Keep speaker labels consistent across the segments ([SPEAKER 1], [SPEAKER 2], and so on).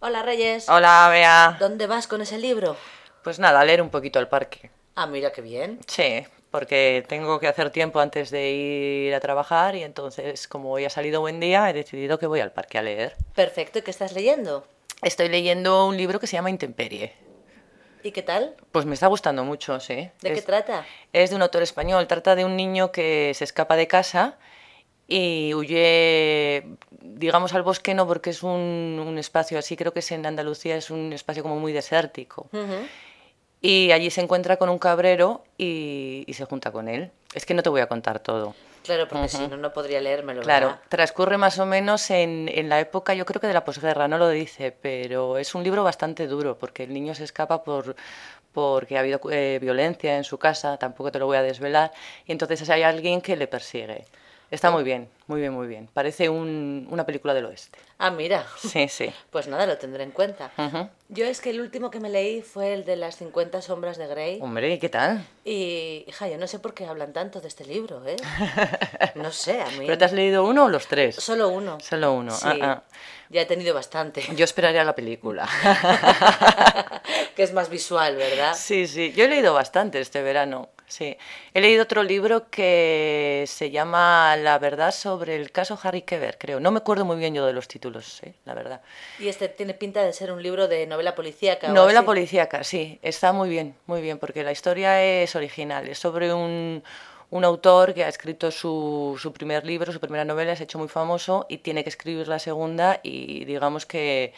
[SPEAKER 1] Hola Reyes.
[SPEAKER 2] Hola, Bea.
[SPEAKER 1] ¿Dónde vas con ese libro?
[SPEAKER 2] Pues nada, leer un poquito al parque.
[SPEAKER 1] Ah, mira qué bien.
[SPEAKER 2] Sí, porque tengo que hacer tiempo antes de ir a trabajar y entonces, como hoy ha salido buen día, he decidido que voy al parque a leer.
[SPEAKER 1] Perfecto, ¿y qué estás leyendo?
[SPEAKER 2] Estoy leyendo un libro que se llama Intemperie.
[SPEAKER 1] ¿Y qué tal?
[SPEAKER 2] Pues me está gustando mucho, sí.
[SPEAKER 1] ¿De qué
[SPEAKER 2] Es-
[SPEAKER 1] trata?
[SPEAKER 2] Es de un autor español, trata de un niño que se escapa de casa y huye, digamos, al bosque, no porque es un, un espacio así, creo que es en Andalucía, es un espacio como muy desértico.
[SPEAKER 1] Ujú.
[SPEAKER 2] Y allí se encuentra con un cabrero y, y se junta con él. Es que no te voy a contar todo.
[SPEAKER 1] Claro, porque si no, no podría leérmelo.
[SPEAKER 2] Claro,
[SPEAKER 1] ¿verdad?
[SPEAKER 2] transcurre más o menos en, en la época, yo creo que de la posguerra, no lo dice, pero es un libro bastante duro porque el niño se escapa por porque ha habido eh, violencia en su casa, tampoco te lo voy a desvelar, y entonces hay alguien que le persigue. Está muy bien, muy bien, muy bien. Parece un- una película del oeste.
[SPEAKER 1] Ah, mira.
[SPEAKER 2] Sí, sí.
[SPEAKER 1] Pues nada, lo tendré en cuenta.
[SPEAKER 2] Ujú.
[SPEAKER 1] Yo es que el último que me leí fue el de las 50 sombras de Grey.
[SPEAKER 2] Hombre, ¿y qué tal?
[SPEAKER 1] Y, hija, yo no sé por qué hablan tanto de este libro, ¿eh? No sé, a mí...
[SPEAKER 2] ¿Pero te has leído uno o los tres?
[SPEAKER 1] Solo uno.
[SPEAKER 2] Solo uno.
[SPEAKER 1] Sí,
[SPEAKER 2] ah, ah.
[SPEAKER 1] ya he tenido bastante,
[SPEAKER 2] Yo esperaría la película.
[SPEAKER 1] que es más visual, ¿verdad?
[SPEAKER 2] Sí, sí, yo he leído bastante este verano. Sí, he leído otro libro que se llama La verdad sobre el caso Harry Keber, creo. No me acuerdo muy bien yo de los títulos, ¿eh? la verdad.
[SPEAKER 1] Y este tiene pinta de ser un libro de novela policíaca. o
[SPEAKER 2] Novela
[SPEAKER 1] así.
[SPEAKER 2] policíaca, sí, está muy bien, muy bien, porque la historia es original, es sobre un, un autor que ha escrito su, su primer libro, su primera novela, se ha hecho muy famoso y tiene que escribir la segunda y digamos que,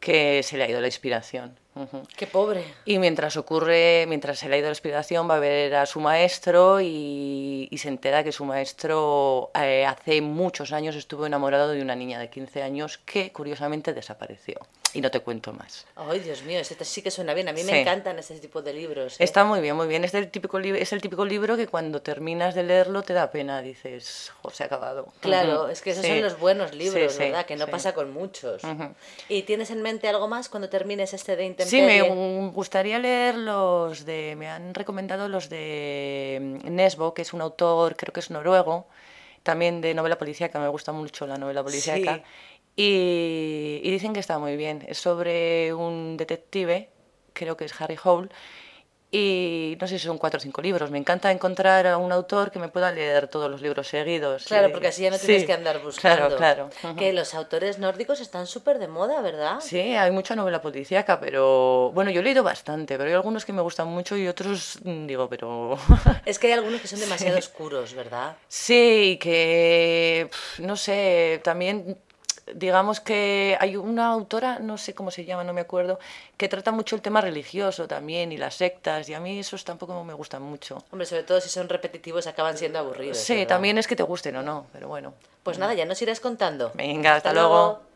[SPEAKER 2] que se le ha ido la inspiración. Ujú.
[SPEAKER 1] Qué pobre.
[SPEAKER 2] Y mientras ocurre, mientras se le ha ido la inspiración, va a ver a su maestro y, y se entera que su maestro eh, hace muchos años estuvo enamorado de una niña de 15 años que curiosamente desapareció. Y no te cuento más.
[SPEAKER 1] Ay, Dios mío, este sí que suena bien. A mí me
[SPEAKER 2] Sí.
[SPEAKER 1] encantan ese tipo de libros. ¿eh?
[SPEAKER 2] Está muy bien, muy bien. Es el, típico li- es el típico libro que cuando terminas de leerlo te da pena, dices, "Jo, se ha acabado.
[SPEAKER 1] Claro,
[SPEAKER 2] Ujú.
[SPEAKER 1] es que esos
[SPEAKER 2] Sí.
[SPEAKER 1] son los buenos
[SPEAKER 2] Sí,
[SPEAKER 1] libros,
[SPEAKER 2] sí,
[SPEAKER 1] ¿verdad? Que no
[SPEAKER 2] sí.
[SPEAKER 1] pasa con muchos.
[SPEAKER 2] Ujú.
[SPEAKER 1] ¿Y tienes en mente algo más cuando termines este de
[SPEAKER 2] Sí, me
[SPEAKER 1] Intemperie?
[SPEAKER 2] gu- gustaría leer los de. Me han recomendado los de mm, Nesbo, que es un autor, creo que es noruego, también de novela policíaca, me gusta mucho la novela policíaca.
[SPEAKER 1] Sí.
[SPEAKER 2] Y, y dicen que está muy bien. Es sobre un detective, creo que es Harry Hole, y no sé si son cuatro o cinco libros. Me encanta encontrar a un autor que me pueda leer todos los libros seguidos.
[SPEAKER 1] Claro,
[SPEAKER 2] y-
[SPEAKER 1] porque así ya no
[SPEAKER 2] Sí,
[SPEAKER 1] tienes que andar buscando.
[SPEAKER 2] Claro, claro. Ujú.
[SPEAKER 1] Que los autores nórdicos están súper de moda, ¿verdad?
[SPEAKER 2] Sí, hay mucha novela policíaca, pero bueno, yo he leído bastante, pero hay algunos que me gustan mucho y otros mm, digo, pero
[SPEAKER 1] Es que hay algunos que son demasiado oscuros, ¿verdad?
[SPEAKER 2] sí, y que pf, no sé, también digamos que hay una autora, no sé cómo se llama, no me acuerdo, que trata mucho el tema religioso también y las sectas y a mí esos tampoco me gustan mucho.
[SPEAKER 1] Hombre, sobre todo si son repetitivos acaban siendo aburridos.
[SPEAKER 2] Sí,
[SPEAKER 1] ¿verdad?
[SPEAKER 2] también es que te gusten o no, pero bueno.
[SPEAKER 1] Pues nada, ya nos irás contando.
[SPEAKER 2] Venga, hasta, luego.